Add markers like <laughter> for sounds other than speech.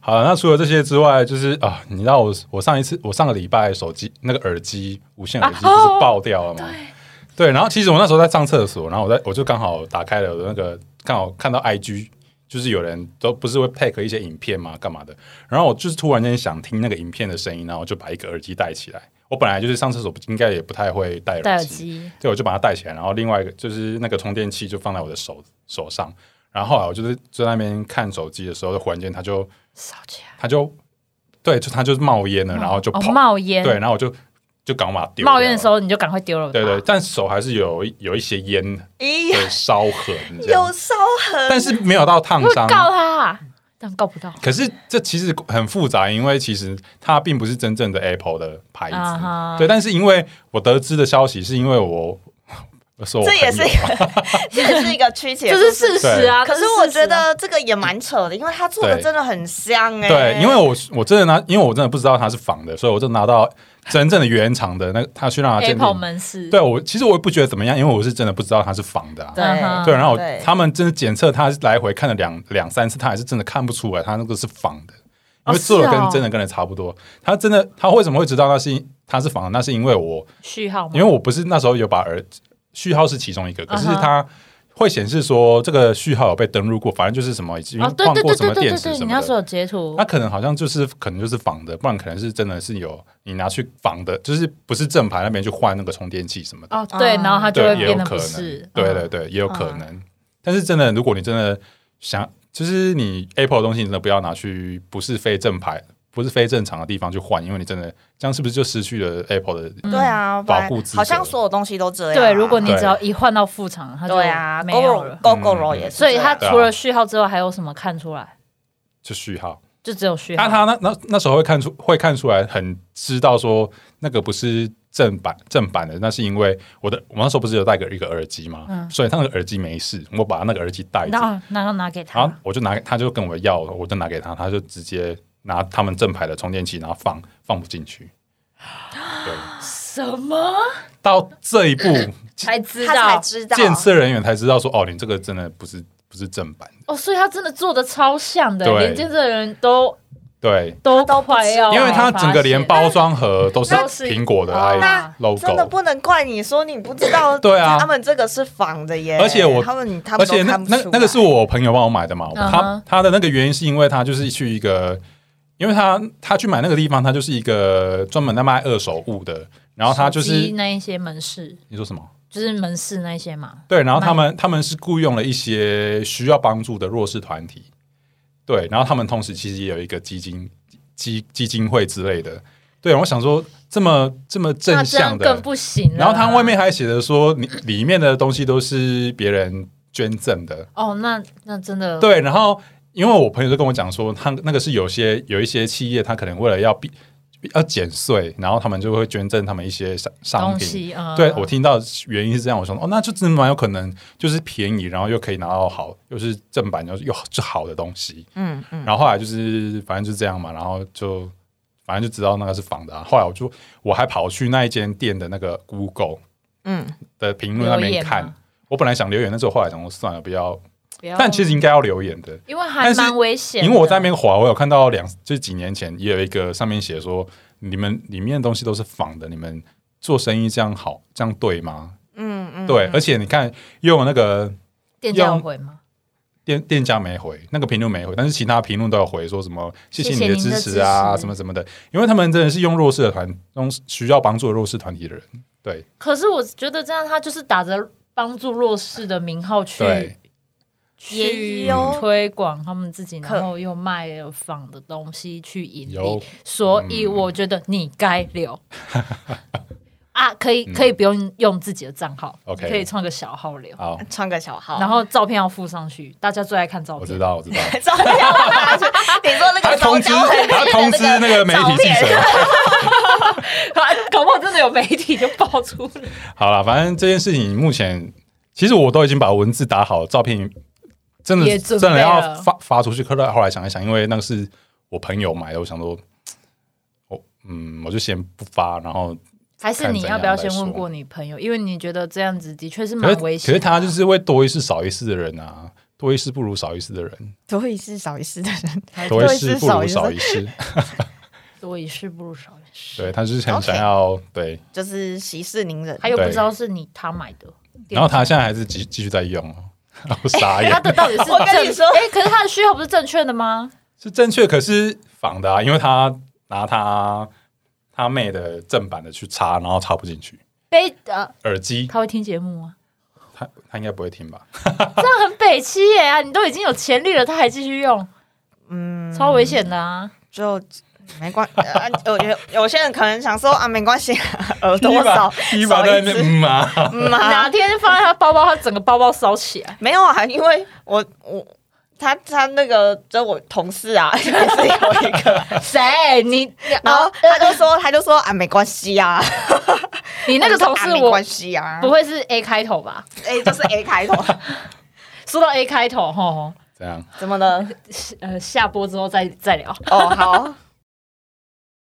好，那除了这些之外，就是啊，你知道我我上一次我上个礼拜手机那个耳机无线耳机不是爆掉了吗？对，然后其实我那时候在上厕所，然后我在我就刚好打开了我的那个，刚好看到 IG，就是有人都不是会 pack 一些影片嘛，干嘛的？然后我就是突然间想听那个影片的声音，然后我就把一个耳机戴起来。我本来就是上厕所应该也不太会戴戴耳耳机，机，对，我就把它戴起来，然后另外一个就是那个充电器就放在我的手手上，然后后来我就是在那边看手机的时候，就忽然间它就烧起来，它就对，就它就冒烟了，然后就哦砰，冒烟，对，然后我就就赶快把它丢掉冒烟的时了，候你就啊赶快丢了吧，对 <laughs> 对，但手还是有一有一些烟咦，的烧痕，这样有，烧痕，但是没有到烫会伤。告他啊，但告不到可是这其实很复杂，因为其实它并不是真正的 Apple 的牌子啊哈对。但是因为我得知的消息，是因为我我说我这也朋友是一个， <laughs> 这也是一个曲解，这是事实啊。可是这我事实啊觉，得这个也蛮扯的，因为他做的对真的很香哎、对，因为我我真的拿，因为我真的不知道它是仿的，所以我就拿到真正的原厂的那个，他去啊让它鉴 Apple 定。门市，对我其实我也不觉得怎么样，因为我是真的不知道它是仿的、啊。对嗯哼对，然后我对他们真的检测，他来回看了两两三次，他还是真的看不出来，他那个是仿的，因为哦做的是哦跟真的跟的差不多。他真的，他为什么会知道那是因他是仿的？那是因为我，序号吗？因为我不是那时候有把耳序号是其中一个，可是嗯哼它会显示说这个序号有被登录过，反正就是什么已经哦，对换对过对什么对电对池对，什你么那时候的。啊有截图那，可能好像就是可能就是仿的，不然可能是真的是有你拿去仿的，就是不是正牌那边去换那个充电器什么的。哦，对，啊然后它就 <laughs> 对，会也有变得可不能是，对嗯对，对，也有可能。但是真的，如果你真的想，就是你 Apple 的东西，你真的不要拿去不是非正牌、不是非正常的地方去换，因为你真的这样是不是就失去了 Apple 的？嗯对啊，不保然护资格好像所有东西都这样啊、对，如果你对只要一换到副厂，它就对啊没有了。 ，Go Go Go 嗯也是所这以样，它对啊除了序号之外，还有什么看出来？就序号，就只有序那号。他那那那时候会看出会看出来，很知道说那个不是正版正版的，那是因为我的我那时候不是有戴个一个耳机嘛，嗯所以他那个耳机没事，我把那个耳机戴着，那那要拿给嗯然后他，我就拿给，他就跟我要，我就拿给他，他就直接拿他们正牌的充电器，然后放放不进 <gasps> 去。对，什么到这 <laughs> 一步，才知他才道？知道建设人员才知道说，哦，你这个真的不是不是正版的。哦，所以他真的做的超像的，对连监测人都对，都都不知道快要，因为它整个连包装盒都是那是苹果的哦那 logo，真的不能怪你说你不知 <laughs> 道，对啊他们这个是仿的耶，而且我他们他而们都且那看不那出那个是来我朋友帮我买的嘛，嗯他哼他的那个原因是因为他就是去一个，因为他他去买那个地方，他就是一个专门在卖二手物的，然后他就手机是那一些门市，你说什么？就是门市那一些嘛。对，然后他卖们他们是雇佣了一些需要帮助的弱势团体，对，然后他们同时其实也有一个基金基基金会之类的，对，我想说这么这么那正这样向的更，不啊行了。然后他外面还写着说你里面的东西都是别人捐赠的，哦，那那真的对，然后因为我朋友就跟我讲说，他那个是有些有一些企业，他可能为了要避要减税，然后他们就会捐赠他们一些商商东品，西啊，嗯对我听到原因是这样，我说哦，那就真的蛮有可能，就是便宜，然后又可以拿到好，又是正版，又是又是好的东西。嗯嗯，然后后来就是反正就是这样嘛，然后就反正就知道那个是仿的、啊。后来我就我还跑去那一间店的那个 Google 嗯的评论那留边言看吗，我本来想留言，但是我后来想说算了，不要。不要但其实应该要留言的，因为还但是蛮危险的，因为我在那边滑，我有看到两，就是几年前也有一个上面写说，你们里面的东西都是仿的，你们做生意这样好，这样对吗？嗯嗯，对，而且你看，用那个店家有用回吗？店店家没回，那个评论没回，但是其他评论都有回，说什么谢谢谢你您的的支支持啊，持什么什么的，因为他们真的是用弱势的团，用需要帮助的弱势团体的人，对可是我觉得这样，他就是打着帮助弱势的名号去 <laughs> 对，去也有推广他们自己，可然后又卖了仿的东西去盈有嗯利，所以我觉得你该 <laughs> 留。啊，可以可以不用用自己的账号嗯 OK 可以创个小号留，好，穿个小号，然后照片要附上去，大家最爱看照我知片。道，我知道，照片拿去，你说那他个通知手脚很他通知那个媒体记 <laughs> 照者， <laughs> 搞不好真的有媒体就爆出 <laughs> 来。好了，反正这件事情目前其实我都已经把文字打好，照片真也的准真备了的要发发出去。可是后来想一想，因为那个是我朋友买的，我想说，我嗯，我就先不发。然后，还是你要不要先问过你朋友？因为你觉得这样子的确是蛮可危是可险是的。他就是会多一事少一事的人啊。多一事不如少一事的人，多一事少一事的人，哎多一一事不如少一事，事。多一事不如少一事。对，他就是很想要对，就是息事宁人。还有不对知道是你他买的，然后他现在还是继继续在用哦， <laughs> 我傻眼哎他。的到底是我跟你正说哎，可是他的需求不是正确的吗？是正确，可是仿的啊，因为他拿他他妹的正版的去插，然后插不进去背呃，耳机，他会听节 <laughs> 目吗？他他应该不会听吧？这样很北七耶啊！你都已经有潜力了，他还继续用，嗯，超危险的啊！就没关，呃有有有些人可能想说啊，没关系，耳朵少一把少在一那边只，嗯啊，嗯哪 <laughs> 啊，天放在他包包，他整个包包烧起 <laughs> 来。没有啊，因为我我他他那个就我同事啊， <laughs> 还是有哦一个，谁？ <laughs> 你然后他就说他就说啊，没关系啊，你那个同事啊没我关系啊，不会是 A 开头吧？哎，就是 A 开头，说到 A 开头，吼，这样怎么了？呃，下播之后再再聊。哦，好，